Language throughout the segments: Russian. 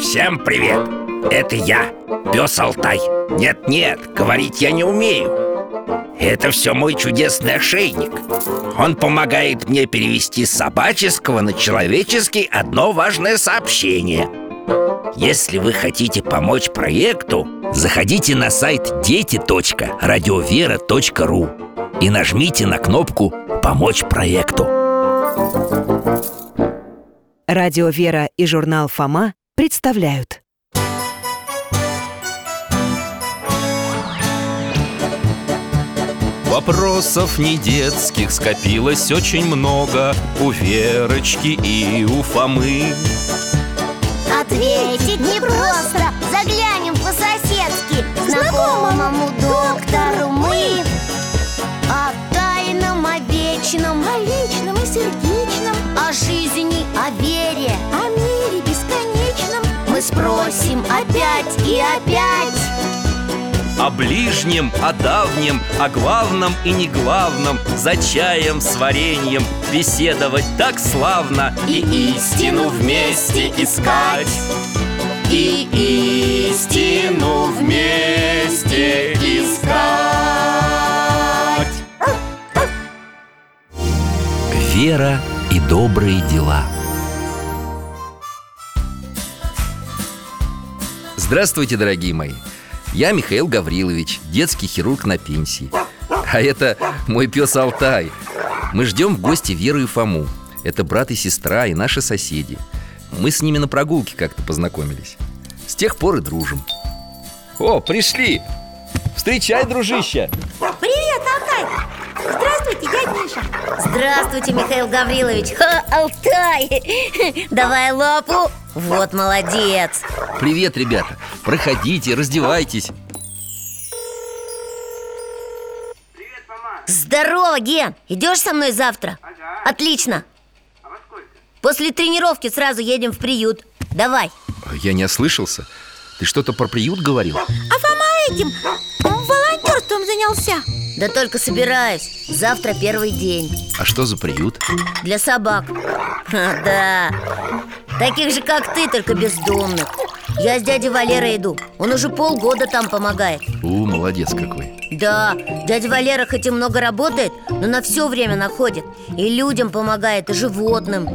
Всем привет! Это я, пес Алтай. Нет-нет, говорить я не умею. Это все мой чудесный ошейник. Он помогает мне перевести с собаческого на человеческий одно важное сообщение. Если вы хотите помочь проекту, заходите на сайт дети.радиовера.ру и нажмите на кнопку «Помочь проекту». Радио «Вера» и журнал «Фома» представляют Вопросов не детских скопилось очень много У Верочки и у Фомы Ответить непросто Заглянем по-соседски к Знакомому доктору мы О тайном, о вечном О личном и сердечном О жизни, о вере О мире бесконечном Мы спросим опять и опять О ближнем, о давнем, о главном и не главном За чаем с вареньем беседовать так славно И истину вместе искать И истину вместе искать Вера и добрые дела. Здравствуйте, дорогие мои! Я Михаил Гаврилович, детский хирург на пенсии. А это мой пес Алтай. Мы ждем в гости Веру и Фому. Это брат и сестра, и наши соседи. Мы с ними на прогулке как-то познакомились. С тех пор и дружим. О, пришли! Встречай, дружище! Привет, Алтай! Здравствуйте, дядь Миша Здравствуйте, Михаил Гаврилович Ха, Алтай Давай лапу Вот молодец Привет, ребята! Проходите, раздевайтесь. Здорово, Ген! Идешь со мной завтра? Отлично! После тренировки сразу едем в приют Давай Я не ослышался. Ты что-то про приют говорил? А Фома этим м, волонтерством занялся Да только собираюсь Завтра первый день А что за приют? Для собак Ха, Да Таких же, как ты, только бездомных Я с дядей Валерой иду Он уже полгода там помогает У, молодец какой. Да, дядя Валера хоть и много работает, но на все время находит И людям помогает, и животным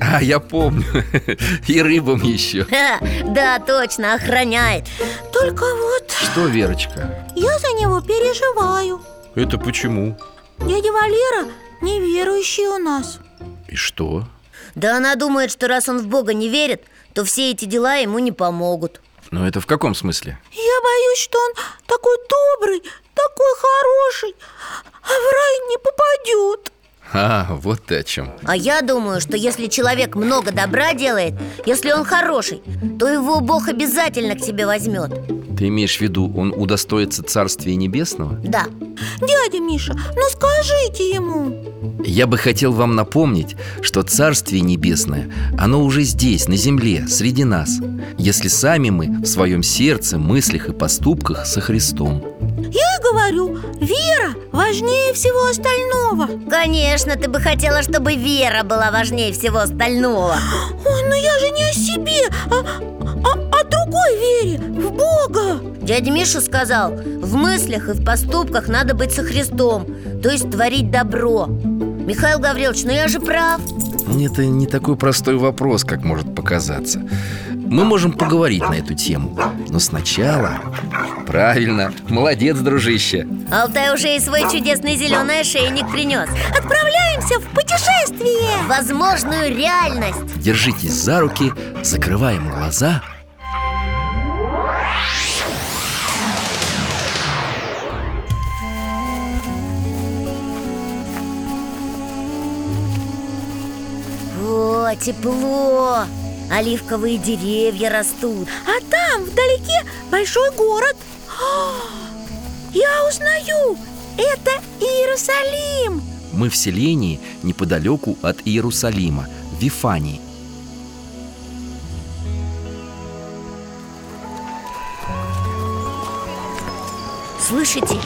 А, я помню. И рыбам еще. Ха, Да, точно, охраняет Только вот Что, Верочка? я за него переживаю Это почему? Дядя Валера неверующий у нас И что? Да она думает, что раз он в Бога не верит, то все эти дела ему не помогут Ну это в каком смысле? Я боюсь, что он такой добрый, такой хороший А в рай не попадет А, вот ты о чем А я думаю, что если человек много добра делает, если он хороший, то его Бог обязательно к себе возьмет Ты имеешь в виду, он удостоится Царствия Небесного? Да, Дядя Миша, ну скажите ему Я бы хотел вам напомнить, что Царствие Небесное, оно уже здесь, на земле, среди нас Если сами мы в своем сердце, мыслях и поступках со Христом Я и говорю, вера важнее всего остального конечно, ты бы хотела, чтобы вера была важнее всего остального Ой, ну я же не о себе, а, а- о другой вере, в Бога Дядя Миша сказал, в мыслях и в поступках надо быть со Христом, то есть творить добро. Михаил Гаврилович, ну я же прав. Это не такой простой вопрос, как может показаться Мы можем поговорить на эту тему Но сначала... Правильно, молодец, дружище Алтай уже и свой чудесный зеленый ошейник принес. Отправляемся в путешествие Возможную реальность. Держитесь за руки, закрываем глаза О, тепло. Оливковые деревья растут. А там, вдалеке, большой город А, Я узнаю, это Иерусалим Мы в селении неподалеку от Иерусалима, в Вифании Слышите?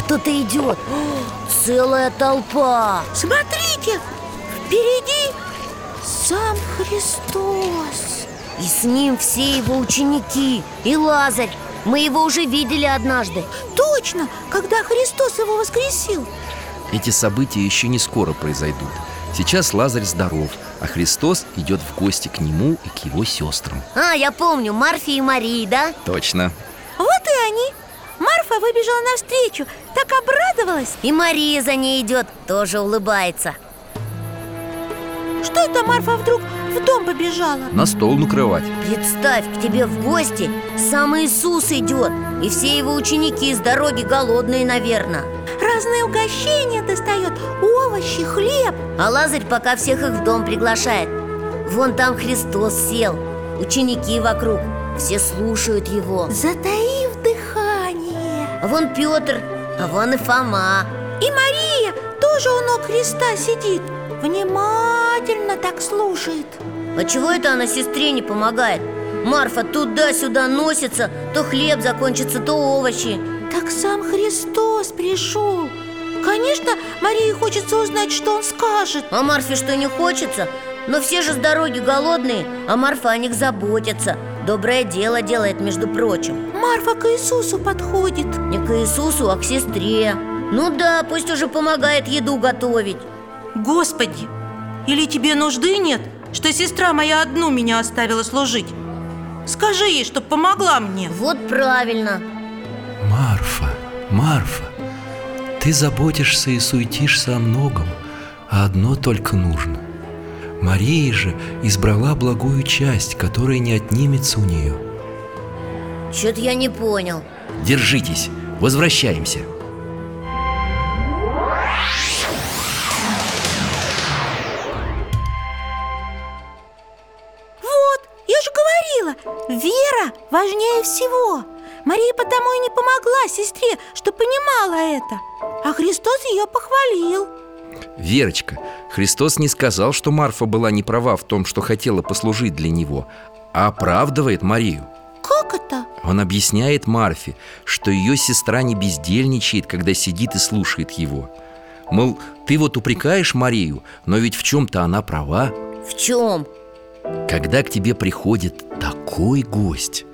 Кто-то идет. Целая толпа. Смотрите, впереди сам Христос И с ним все его ученики И Лазарь Мы его уже видели однажды Точно, когда Христос его воскресил Эти события еще не скоро произойдут. Сейчас Лазарь здоров, а Христос идет в гости к нему и к его сестрам. А, я помню, Марфи и Марии, да? Точно. Вот и они Марфа выбежала навстречу, так обрадовалась И Мария за ней идет, тоже улыбается Что это Марфа вдруг в дом побежала? На стол накрывать. Представь, к тебе в гости сам Иисус идет И все его ученики с дороги голодные, наверное Разные угощения достает, овощи, хлеб А Лазарь пока всех их в дом приглашает Вон там Христос сел Ученики вокруг Все слушают его Затаив дыхание А вон Петр, а вон и Фома И Мария тоже у ног Христа сидит Внимательно так слушает А чего это она сестре не помогает? Марфа туда-сюда носится То хлеб закончится, то овощи Так сам Христос пришел Конечно, Марии хочется узнать, что он скажет А Марфе что не хочется? Но все же с дороги голодные А Марфа о них заботится Доброе дело делает, между прочим Марфа к Иисусу подходит Не к Иисусу, а к сестре Ну да, пусть уже помогает еду готовить Господи, или тебе нужды нет, что сестра моя одну меня оставила служить? Скажи ей, чтоб помогла мне. Вот правильно Марфа, Марфа, ты заботишься и суетишься о многом, а одно только нужно. Мария же избрала благую часть, которая не отнимется у нее. Чё-то я не понял Держитесь, возвращаемся. Вот, я же говорила, вера важнее всего Мария потому и не помогла сестре, что понимала это А Христос ее похвалил Верочка, Христос не сказал, что Марфа была не права в том, что хотела послужить для него, а оправдывает Марию. Как это? Он объясняет Марфе, что ее сестра не бездельничает, когда сидит и слушает его. Мол, ты вот упрекаешь Марию, но ведь в чем-то она права. В чем? Когда к тебе приходит такой гость,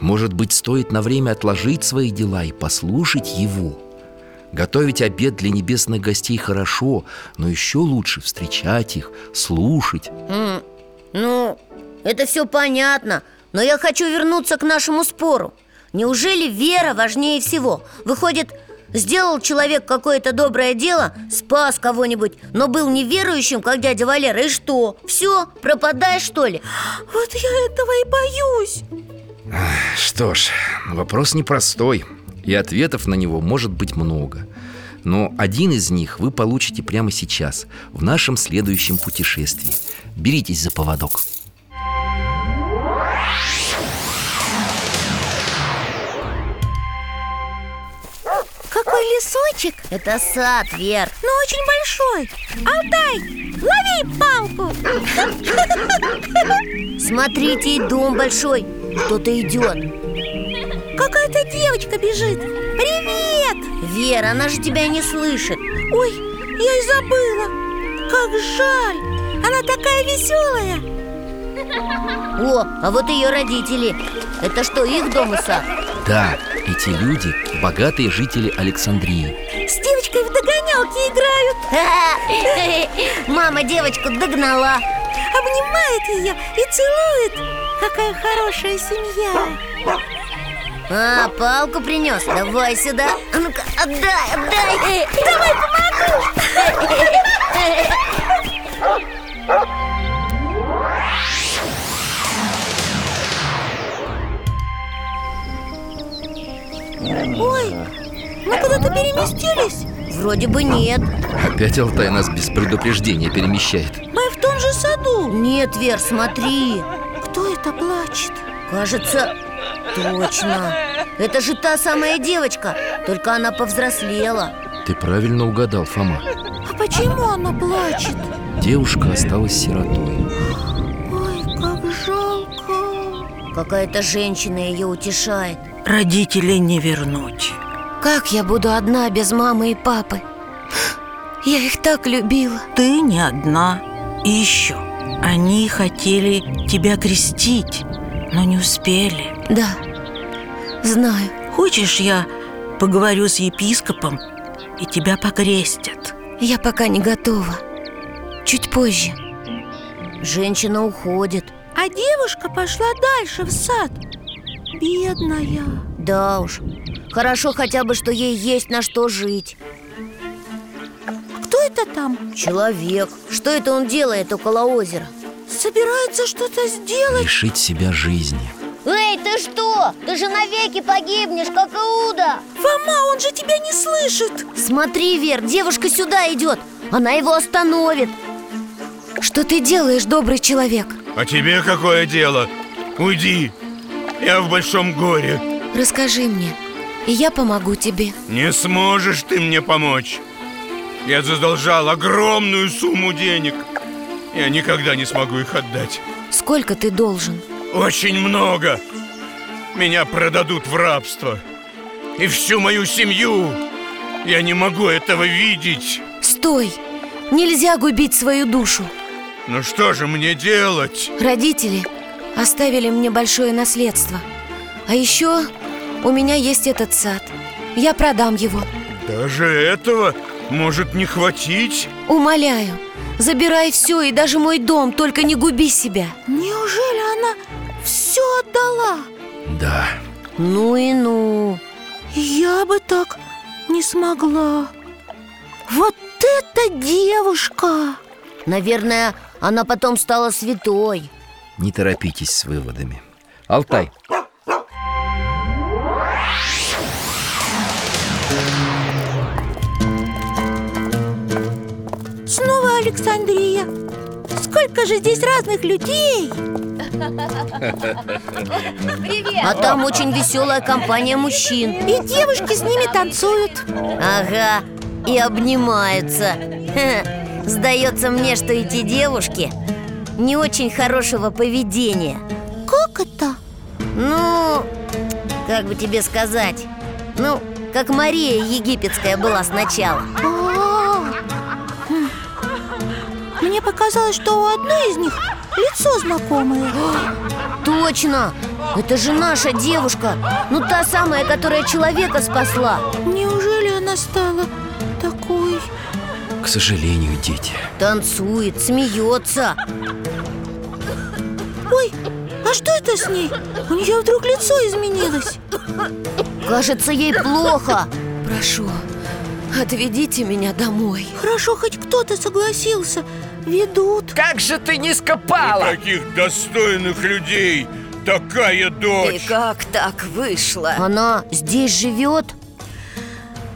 может быть, стоит на время отложить свои дела и послушать его. Готовить обед для небесных гостей хорошо, но еще лучше встречать их, слушать. М, Ну, это все понятно Но я хочу вернуться к нашему спору Неужели вера важнее всего? Выходит, сделал человек какое-то доброе дело Спас кого-нибудь Но был неверующим, как дядя Валера И что? Все? Пропадаешь, что ли? Вот я этого и боюсь Что ж, вопрос непростой, и ответов на него может быть много. Но один из них вы получите прямо сейчас, в нашем следующем путешествии. Беритесь за поводок. Какой лесочек, Это сад, Вер но очень большой Алтай, лови палку Смотрите, и дом большой Кто-то идет Какая-то девочка бежит Привет! Вера, она же тебя не слышит Ой, я и забыла Как жаль! Она такая веселая О, а вот ее родители Это что, их дом и сад? Да, эти люди – богатые жители Александрии. С девочкой в догонялки играют Мама девочку догнала Обнимает ее и целует Какая хорошая семья А, палку принес. Давай сюда. А ну-ка, отдай, отдай. Давай помогу. Ой, мы куда-то переместились Вроде бы нет. Опять Алтай нас без предупреждения перемещает. Мы в том же саду Нет, Вер, смотри. Кто это плачет? Кажется, точно. Это же та самая девочка, только она повзрослела. Ты правильно угадал, Фома. А почему она плачет? Девушка осталась сиротой. Ой, как жалко Какая-то женщина ее утешает. Родителей не вернуть. Как я буду одна без мамы и папы? Я их так любила. Ты не одна. И еще. Они хотели тебя крестить, но не успели. Да, знаю. Хочешь, я поговорю с епископом, и тебя покрестят? Я пока не готова. Чуть позже. Женщина уходит. А девушка пошла дальше в сад Бедная Да уж. Хорошо хотя бы, что ей есть на что жить. А кто это там? Человек. Что это он делает около озера? Собирается что-то сделать Лишить себя жизни Эй, ты что? Ты же навеки погибнешь, как Иуда. Фома, он же тебя не слышит Смотри, Вер, девушка сюда идет. Она его остановит. Что ты делаешь, добрый человек? А тебе какое дело? Уйди! Я в большом горе. Расскажи мне, и я помогу тебе. Не сможешь ты мне помочь. Я задолжал огромную сумму денег. Я никогда не смогу их отдать. Сколько ты должен? Очень много. Меня продадут в рабство. И всю мою семью. Я не могу этого видеть. Стой! Нельзя губить свою душу. Ну что же мне делать? Родители оставили мне большое наследство. А еще у меня есть этот сад. Я продам его. Даже этого может не хватить. Умоляю, забирай все и даже мой дом, только не губи себя. Неужели она все отдала? Да, Ну и ну. Я бы так не смогла Вот это девушка! Наверное, она потом стала святой. Не торопитесь с выводами Алтай, Снова Александрия Сколько же здесь разных людей А там очень веселая компания мужчин. И девушки с ними танцуют Ага, и обнимаются. Сдается мне, что эти девушки не очень хорошего поведения. Как это? Ну, как бы тебе сказать Ну, как Мария египетская была сначала А. М. Мне показалось, что у одной из них лицо знакомое Точно, это же наша девушка Ну, та самая, которая человека спасла Неужели она стала такой? к сожалению, дети Танцует, смеется Ой, а что это с ней? У нее вдруг лицо изменилось Кажется, ей плохо Прошу, отведите меня домой. Хорошо, хоть кто-то согласился Ведут Как же ты низко пала! Таких достойных людей такая И дочь. как так вышло? Она здесь живет?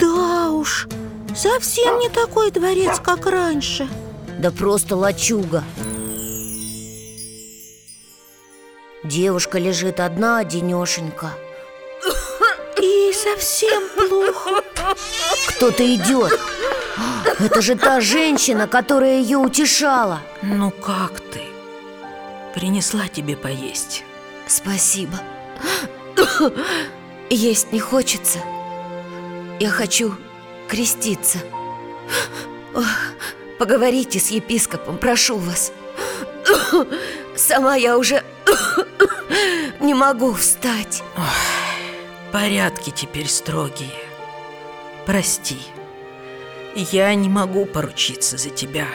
Да уж, совсем не такой дворец, как раньше Да просто лачуга Девушка лежит одна, одинешенька И ей совсем плохо Кто-то идет Это же та женщина, которая ее утешала Ну как ты? Принесла тебе поесть. Спасибо. Есть не хочется. Я хочу креститься. Ох, Поговорите с епископом, прошу вас. Сама я уже не могу встать. Порядки теперь строгие. Прости. Я не могу поручиться за тебя.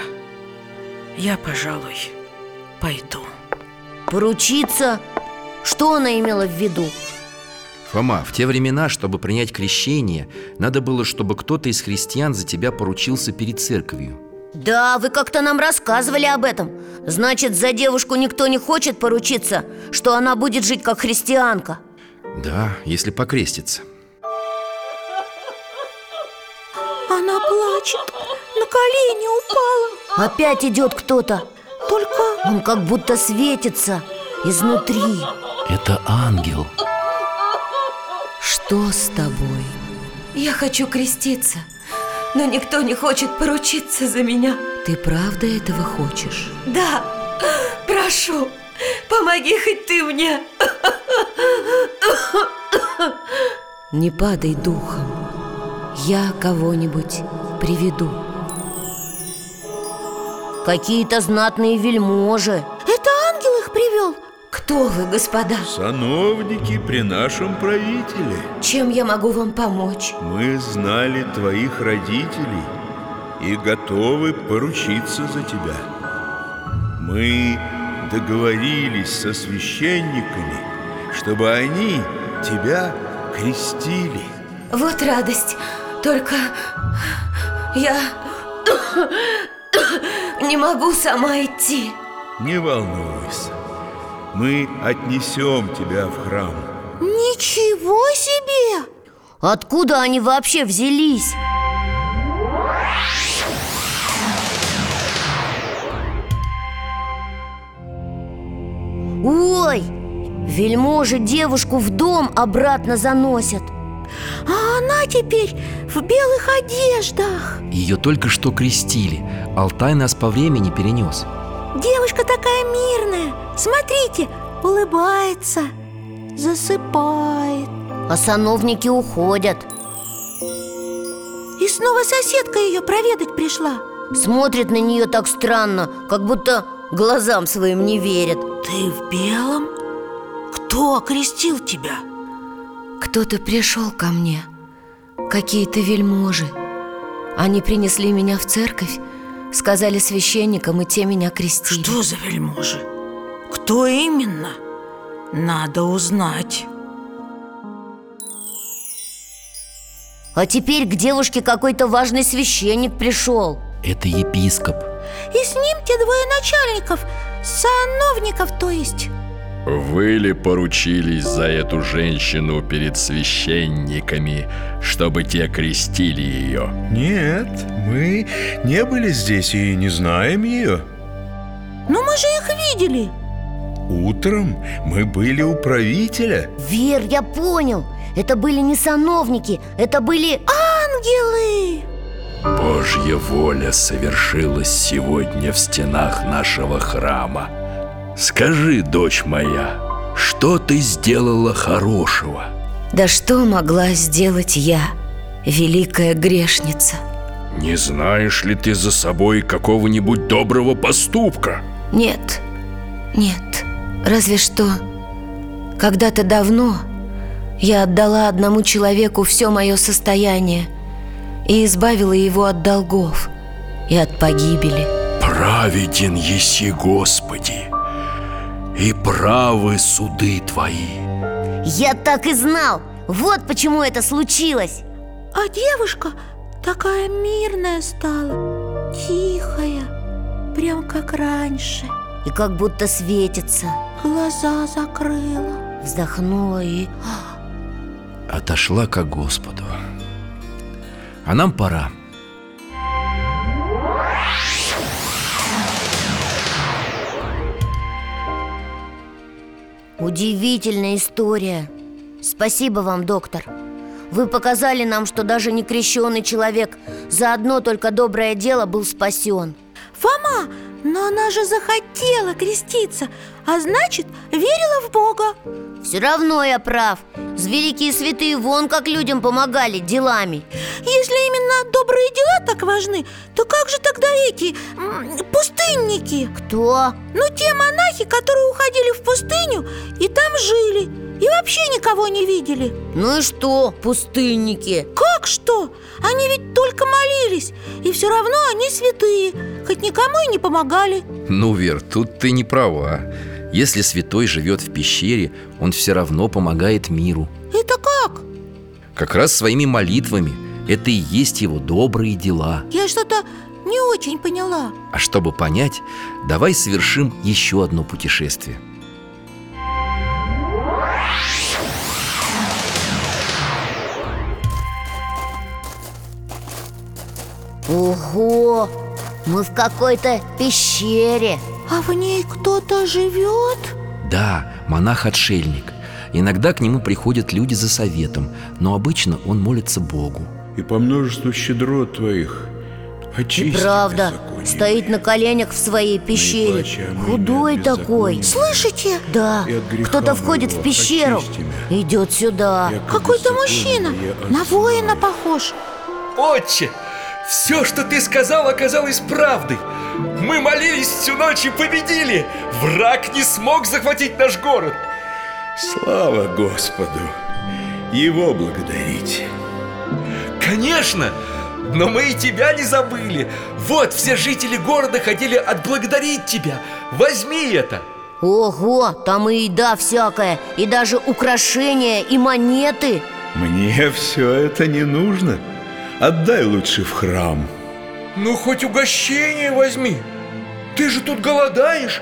Я, пожалуй, пойду. Поручиться? Что она имела в виду? Фома, в те времена, чтобы принять крещение Надо было, чтобы кто-то из христиан за тебя поручился перед церковью Да, вы как-то нам рассказывали об этом Значит, за девушку никто не хочет поручиться Что она будет жить как христианка Да, если покреститься Она плачет, на колени упала Опять идет кто-то Только Он как будто светится изнутри Это ангел Что с тобой? Я хочу креститься, но никто не хочет поручиться за меня. Ты правда этого хочешь? Да, прошу, помоги хоть ты мне. Не падай духом Я кого-нибудь приведу Какие-то знатные вельможи Это ангел их привел Кто вы, господа? Сановники при нашем правителе Чем я могу вам помочь? Мы знали твоих родителей И готовы поручиться за тебя Мы договорились со священниками Чтобы они тебя крестили Вот радость Только я не могу сама идти Не волнуйся Мы отнесем тебя в храм Ничего себе! Откуда они вообще взялись? Ой, вельможи девушку в дом обратно заносят А она теперь в белых одеждах Ее только что крестили Алтай нас по времени перенес Девушка такая мирная Смотрите, улыбается Засыпает А сановники уходят И снова соседка ее проведать пришла Смотрят на нее так странно, как будто глазам своим не верят Ты в белом? Кто окрестил тебя? Кто-то пришел ко мне Какие-то вельможи Они принесли меня в церковь Сказали священникам, и те меня крестили Что за вельможи? Кто именно? Надо узнать А теперь к девушке какой-то важный священник пришел Это епископ И с ним те двое начальников Сановников, то есть Вы ли поручились за эту женщину перед священниками, чтобы те крестили ее? Нет, мы не были здесь и не знаем ее Но Ну, мы же их видели Утром мы были у правителя Вер, я понял, это были не сановники, это были... а? Ангелы! Божья воля совершилась сегодня в стенах нашего храма. Скажи, дочь моя, что ты сделала хорошего? Да что могла сделать я, великая грешница? Не знаешь ли ты за собой какого-нибудь доброго поступка? Нет, нет, разве что Когда-то давно я отдала одному человеку все мое состояние И избавила его от долгов и от погибели Праведен еси, Господи, и правы суды твои. Я так и знал, вот почему это случилось А девушка такая мирная стала Тихая, прям как раньше И как будто светится Глаза закрыла Вздохнула и... Отошла ко Господу А нам пора Удивительная история Спасибо вам, доктор Вы показали нам, что даже некрещенный человек За одно только доброе дело был спасен Фома, но она же захотела креститься А значит, верила в Бога Все равно я прав Зверики и святые вон как людям помогали делами Если именно добрые дела так важны То как же тогда эти м, пустынники? Кто? Ну, те монахи, которые уходили в пустыню и там жили И вообще никого не видели Ну и что, пустынники? Как что? Они ведь только молились И все равно они святые Хоть никому и не помогали Ну, Вер, тут ты не права Если святой живет в пещере, он все равно помогает миру Это как? Как раз своими молитвами Это и есть его добрые дела Я что-то не очень поняла А чтобы понять, давай совершим еще одно путешествие Ого, мы в какой-то пещере А в ней кто-то живет? Да, монах-отшельник Иногда к нему приходят люди за советом Но обычно он молится Богу И по множеству щедрот твоих И очисти правда, беззаконие стоит на коленях в своей пещере плача о мире Худой беззаконии. такой Слышите? Да, и от греха кто-то входит в моего пещеру очисти меня. и Идет сюда и от Какой-то беззакония мужчина я от На воина похож Отче, все, что ты сказал, оказалось правдой. Мы Мы молились всю ночь и победили! Враг не смог захватить наш город! Слава Господу! Его благодарить! Конечно! Но мы и тебя не забыли! Вот, все жители города хотели отблагодарить тебя! Возьми это! Ого, там и еда всякая, и даже украшения, и монеты Мне все это не нужно. Отдай лучше в храм. Ну, хоть угощение возьми! Ты же тут голодаешь!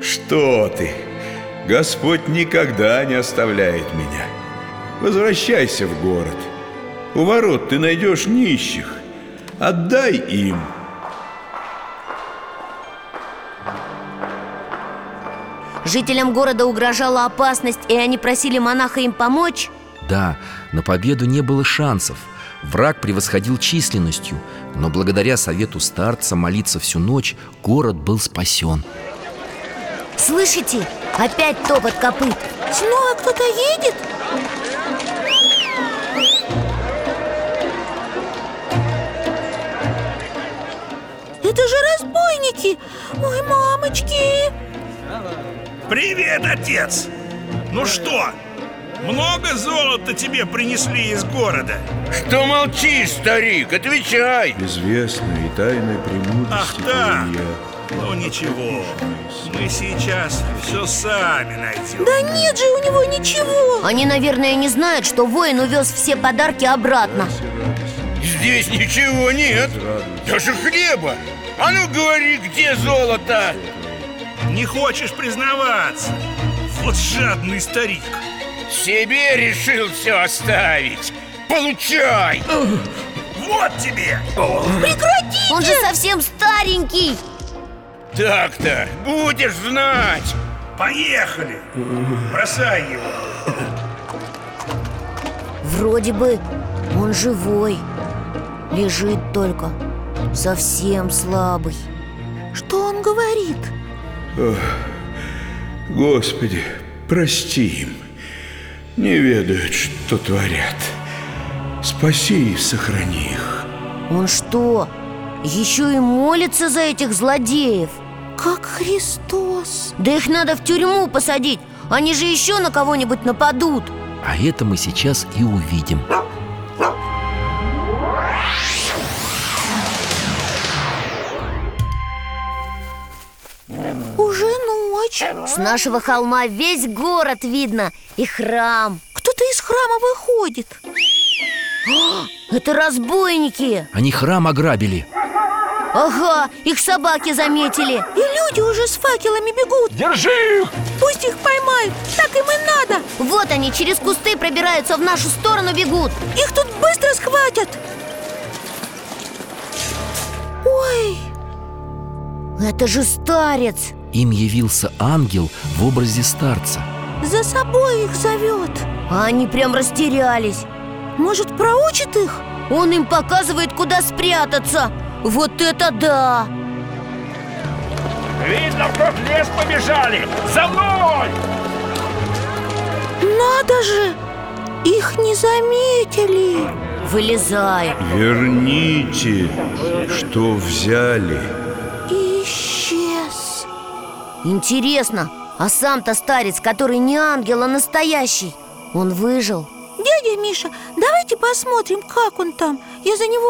Что ты? Господь никогда не оставляет меня. Возвращайся в город. У ворот ты найдешь нищих. Отдай им. Жителям города угрожала опасность, и они просили монаха им помочь Да, на победу не было шансов. Враг превосходил численностью, но благодаря совету старца молиться всю ночь город был спасен. Слышите? Опять топот копыт Снова кто-то едет? Это же разбойники! Ой, мамочки! Привет, отец! Ну что, много золота тебе принесли из города? Что молчишь, старик? Отвечай! Известная и тайная премудрость Ах да! Ну ничего, мы сейчас все сами найдем. Да нет же у него ничего Они, наверное, не знают, что воин увез все подарки обратно Здесь ничего нет, даже хлеба. А ну говори, где золото? Не хочешь признаваться? Вот жадный старик. Себе решил все оставить. Получай! Вот тебе! Прекратите! Он же совсем старенький Так-то, будешь знать! Поехали! Бросай его! Вроде бы он живой Лежит только Совсем слабый Что он говорит? Ох, Господи, прости им. Не ведают, что творят. Спаси и сохрани их. Он что, еще и молится за этих злодеев? Как Христос Да их надо в тюрьму посадить Они же еще на кого-нибудь нападут А это мы сейчас и увидим. Уже ночь С нашего холма весь город видно И храм Кто-то из храма выходит А, Это разбойники Они храм ограбили. Ага, их собаки заметили И люди уже с факелами бегут Держи их! Пусть их поймают, так им и надо Вот они через кусты пробираются, в нашу сторону бегут Их тут быстро схватят Ой, Это же старец Им явился ангел в образе старца. за собой их зовет А они прям растерялись Может, проучит их? Он им показывает, куда спрятаться Вот это да! Видно, в тот лес побежали! За мной! Надо же! Их не заметили Вылезай Верните, что взяли. И исчез Интересно, а сам-то старец, который не ангел, а настоящий Он выжил? Дядя Миша, давайте посмотрим, как он там Я за него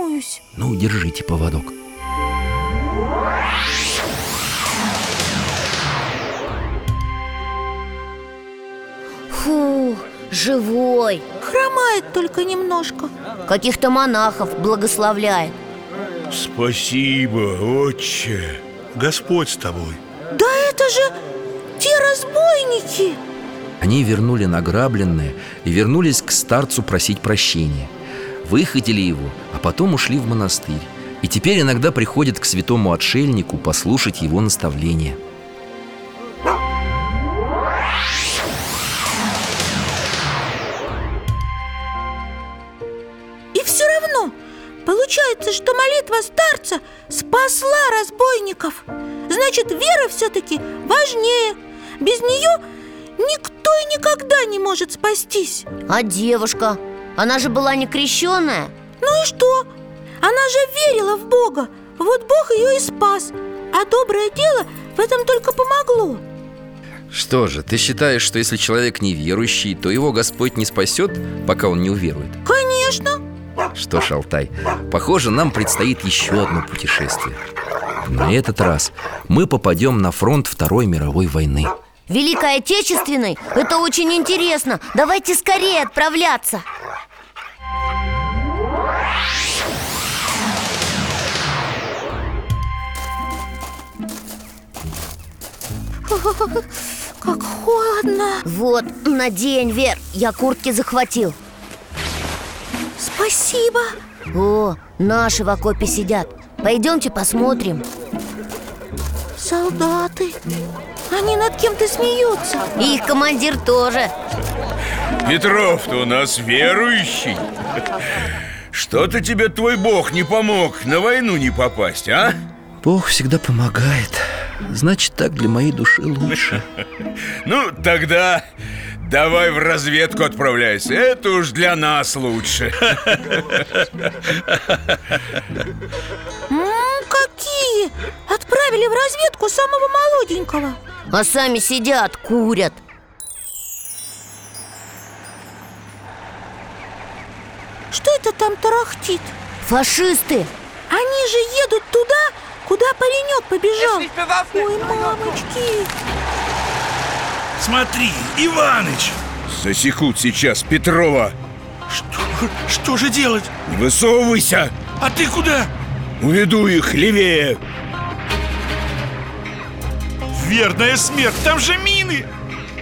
волнуюсь Ну, держите поводок. Фу, живой Хромает только немножко Каких-то монахов благословляет Спасибо, отче. Господь с тобой. Да это же те разбойники Они вернули награбленное и вернулись к старцу просить прощения. Выходили его, а потом ушли в монастырь. И теперь иногда приходят к святому отшельнику послушать его наставления. И все равно Получается, что молитва старца спасла разбойников Значит, вера все-таки важнее Без нее никто и никогда не может спастись А девушка? Она же была не крещенная Ну и что? Она же верила в Бога Вот Бог ее и спас А доброе дело в этом только помогло Что же, ты считаешь, что если человек неверующий, то его Господь не спасет, пока он не уверует? Конечно Что ж, Алтай, похоже, нам предстоит еще одно путешествие. На этот раз мы попадем на фронт Второй мировой войны. Великой Отечественной? Это очень интересно Давайте скорее отправляться Как холодно Вот, надень, Вер, я куртки захватил Спасибо О, наши в окопе сидят Пойдемте посмотрим Солдаты Они над кем-то смеются И их командир тоже Петров-то у нас верующий Что-то тебе твой бог не помог на войну не попасть, а? Бог всегда помогает. Значит, так для моей души лучше. Ну, тогда давай в разведку отправляйся Это уж для нас лучше М, Какие? Отправили в разведку самого молоденького А сами сидят, курят Что это там тарахтит? Фашисты Они же едут туда, куда паренек побежал Ой, мамочки Смотри, Иваныч! Засекут сейчас Петрова Что же делать? Не высовывайся А ты куда? Уведу их левее Верная смерть, там же мины!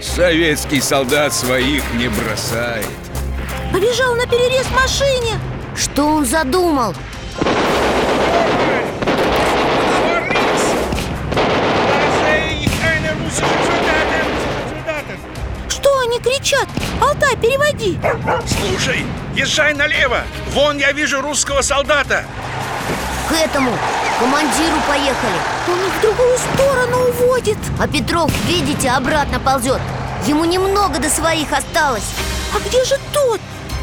Советский солдат своих не бросает Побежал на перерез машине Что он задумал? Что они кричат? Алтай, переводи Слушай, езжай налево! Вон я вижу русского солдата! К этому, к командиру поехали Он их в другую сторону уводит А Петров, видите, обратно ползет Ему немного до своих осталось А где же тот,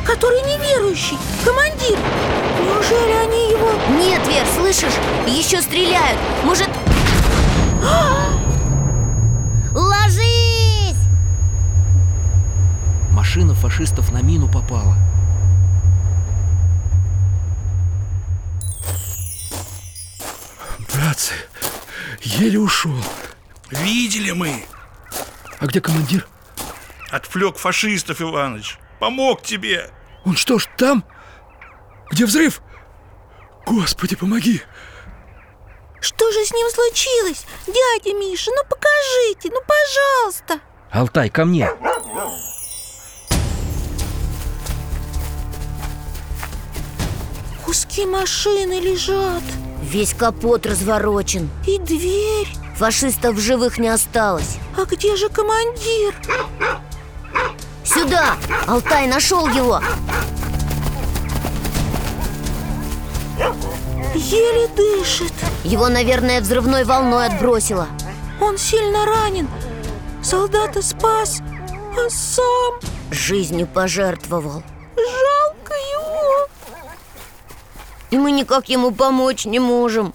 который неверующий? Командир? Неужели они его... Нет, Вер, слышишь? Еще стреляют Может... Ложись! Машина фашистов на мину попала. Братцы, еле ушел. Видели мы! А где командир? Отвлек фашистов, Иваныч. Помог тебе. Он что ж там? Где взрыв? Господи, помоги! Что же с ним случилось? Дядя Миша, ну покажите, ну пожалуйста Алтай, ко мне. Куски машины лежат Весь капот разворочен И дверь Фашистов в живых не осталось А где же командир? Сюда! Алтай нашел его! Еле дышит Его, наверное, взрывной волной отбросило Он сильно ранен Солдата спас, а сам Жизнью пожертвовал Жалко его И мы никак ему помочь не можем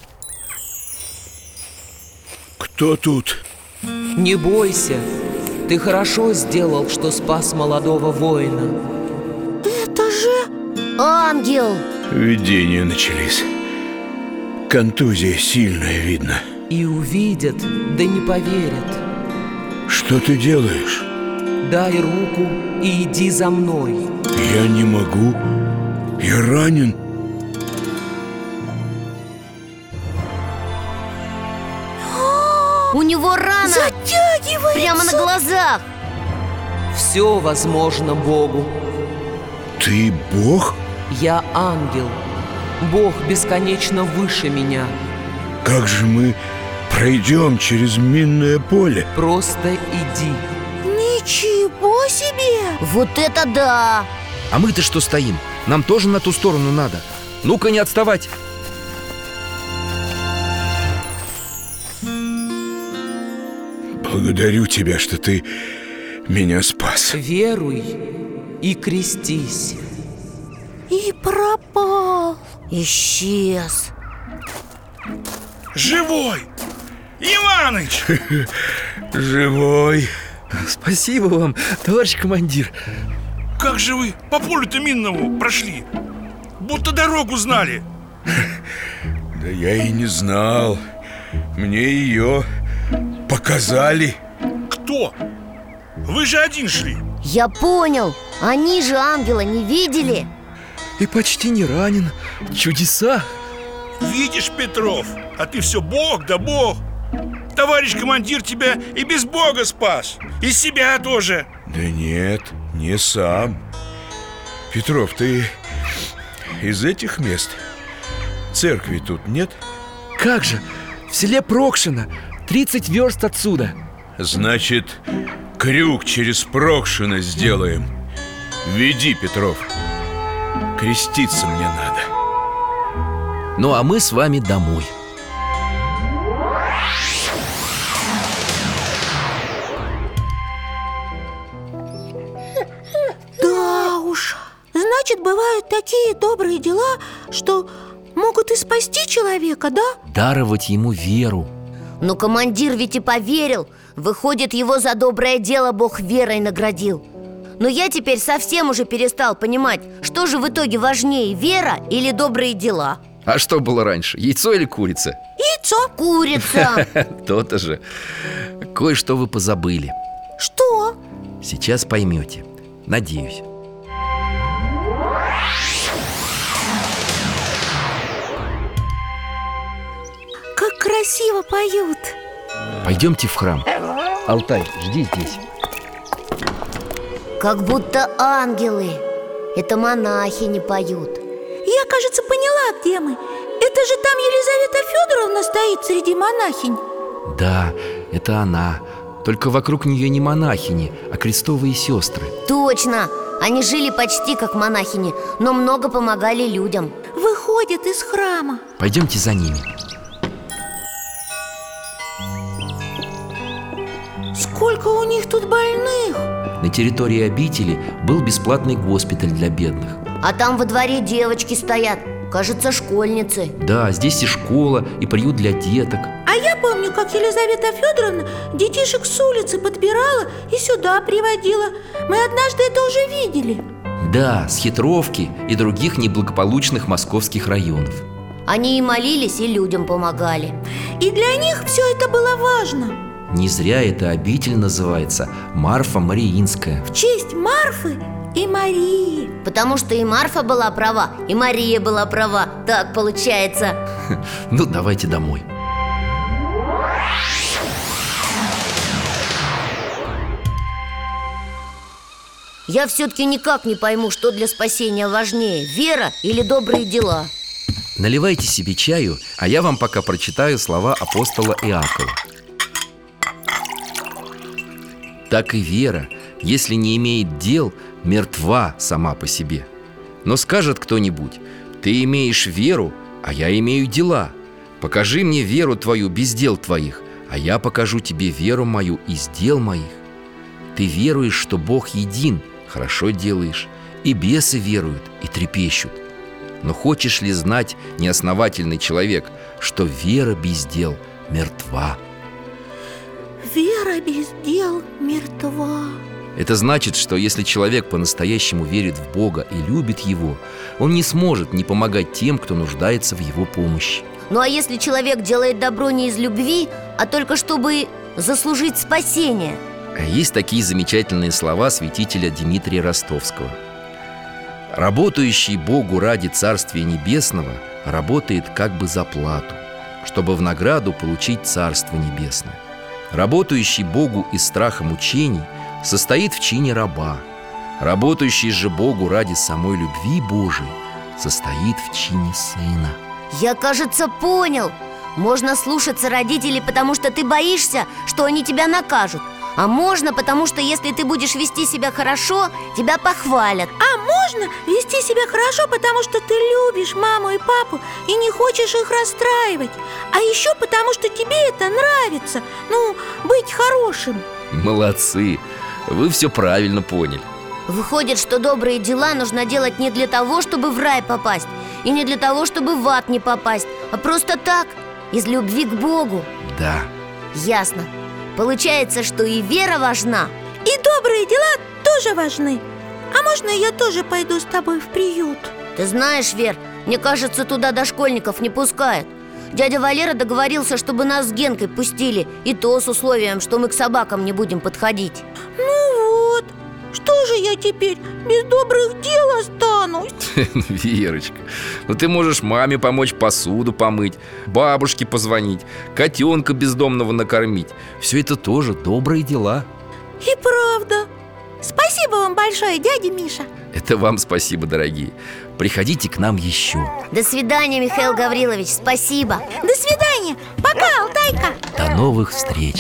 Кто тут? Не бойся, ты хорошо сделал, что спас молодого воина. Это же... Ангел! Видения начались Контузия сильная, видно И увидят, да не поверят. Что ты делаешь? Дай руку и иди за мной. Я не могу. Я ранен. У него рана! Затягивается Прямо на глазах! Все возможно Богу. Ты бог? Я ангел. Бог бесконечно выше меня. Как же мы пройдем через минное поле? Просто иди. Ничего себе! Вот это да! А мы-то что стоим? Нам тоже на ту сторону надо. Ну-ка, не отставать. Благодарю тебя, что ты меня спас. Веруй и крестись. И пропал Исчез Живой! Иваныч! Живой. Спасибо вам, товарищ командир. Как же вы по полю-то минному прошли? Будто дорогу знали. Да я и не знал. Мне ее показали. Кто? Вы же один шли. Я понял, они же ангела не видели И почти не ранен. Чудеса. Видишь, Петров, а ты все Бог да Бог. Товарищ командир тебя и без Бога спас. И себя тоже. Да нет, не сам. Петров, ты из этих мест? Церкви тут нет? Как же? В селе Прокшино, 30 верст отсюда. Значит, крюк через Прокшино сделаем. Веди, Петров. Креститься мне надо. Ну а мы с вами домой. Да уж, значит, бывают такие добрые дела, что могут и спасти человека, да? Даровать ему веру. Но командир ведь и поверил Выходит, его за доброе дело Бог верой наградил Но я теперь совсем уже перестал понимать Что же в итоге важнее, вера или добрые дела? А что было раньше, яйцо или курица? Яйцо Курица То-то же Кое-что вы позабыли Что? Сейчас поймете, надеюсь Как красиво поют Пойдемте в храм Алтай, жди здесь Как будто ангелы Это монахи не поют Я, кажется, поняла, где мы Это же там Елизавета Федоровна стоит среди монахинь Да, это она Только вокруг нее не монахини, а крестовые сестры Точно! Они жили почти как монахини, но много помогали людям Выходят из храма Пойдемте за ними Сколько у них тут больных А На территории обители был бесплатный госпиталь для бедных А там во дворе девочки стоят, кажется, школьницы Да, здесь и школа, и приют для деток А я помню, как Елизавета Федоровна детишек с улицы подбирала и сюда приводила Мы однажды это уже видели Да, с хитровки и других неблагополучных московских районов Они и молились, и людям помогали И для них все это было важно Не зря эта обитель называется Марфа Мариинская В честь Марфы и Марии Потому что и Марфа была права, и Мария была права Так получается Ну, давайте домой Я все-таки никак не пойму, что для спасения важнее Э, Вера или добрые дела Наливайте себе чаю, а я вам пока прочитаю слова апостола Иакова Так и вера, если не имеет дел, мертва сама по себе Но скажет кто-нибудь, ты имеешь веру, а я имею дела Покажи мне веру твою без дел твоих, а я покажу тебе веру мою из дел моих Ты веруешь, что Бог един, хорошо делаешь И бесы веруют и трепещут но хочешь ли знать, неосновательный человек, что вера без дел мертва? Вера без дел мертва Это значит, что если человек по-настоящему верит в Бога и любит Его, он не сможет не помогать тем, кто нуждается в Его помощи. Ну а если человек делает добро не из любви, а только чтобы заслужить спасение Есть такие замечательные слова святителя Дмитрия Ростовского. Работающий Богу ради Царствия Небесного работает как бы за плату, чтобы в награду получить Царство Небесное. Работающий Богу из страха мучений состоит в чине раба. Работающий же Богу ради самой любви Божией состоит в чине сына. Я, кажется, понял Можно слушаться родителей, потому что ты боишься, что они тебя накажут А можно, потому что если ты будешь вести себя хорошо, тебя похвалят А можно вести себя хорошо, потому что ты любишь маму и папу И не хочешь их расстраивать А еще потому что тебе это нравится Ну, быть хорошим Молодцы! Вы все правильно поняли. Выходит, что добрые дела нужно делать не для того, чтобы в рай попасть И не для того, чтобы в ад не попасть А просто так, из любви к Богу Да, Ясно. Получается, что и вера важна. И добрые дела тоже важны. А можно я тоже пойду с тобой в приют? Ты знаешь, Вер, мне кажется, туда дошкольников не пускают. Дядя Валера договорился, чтобы нас с Генкой пустили, и то с условием, что мы к собакам не будем подходить. Ну вот, что же я теперь без добрых дел останусь? Верочка, ну ты можешь маме помочь посуду помыть, бабушке позвонить, котенка бездомного накормить. Все это тоже добрые дела. И правда. Спасибо вам большое, дядя Миша. Это вам спасибо, дорогие. Приходите к нам еще. До свидания, Михаил Гаврилович, спасибо. До свидания. Пока, Алтайка. До новых встреч.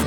В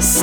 С